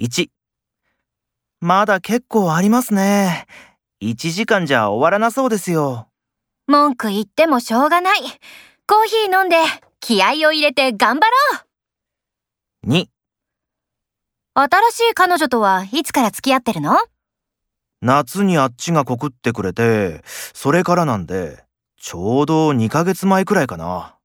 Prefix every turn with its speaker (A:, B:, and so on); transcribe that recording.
A: 1まだ結構ありますね。1時間じゃ終わらなそうですよ。
B: 文句言ってもしょうがない。コーヒー飲んで気合を入れて頑張ろ
A: 2
B: う。新しい彼女とはいつから付き合ってるの
A: 夏にあっちが告ってくれて、それからなんで、ちょうど2ヶ月前くらいかな。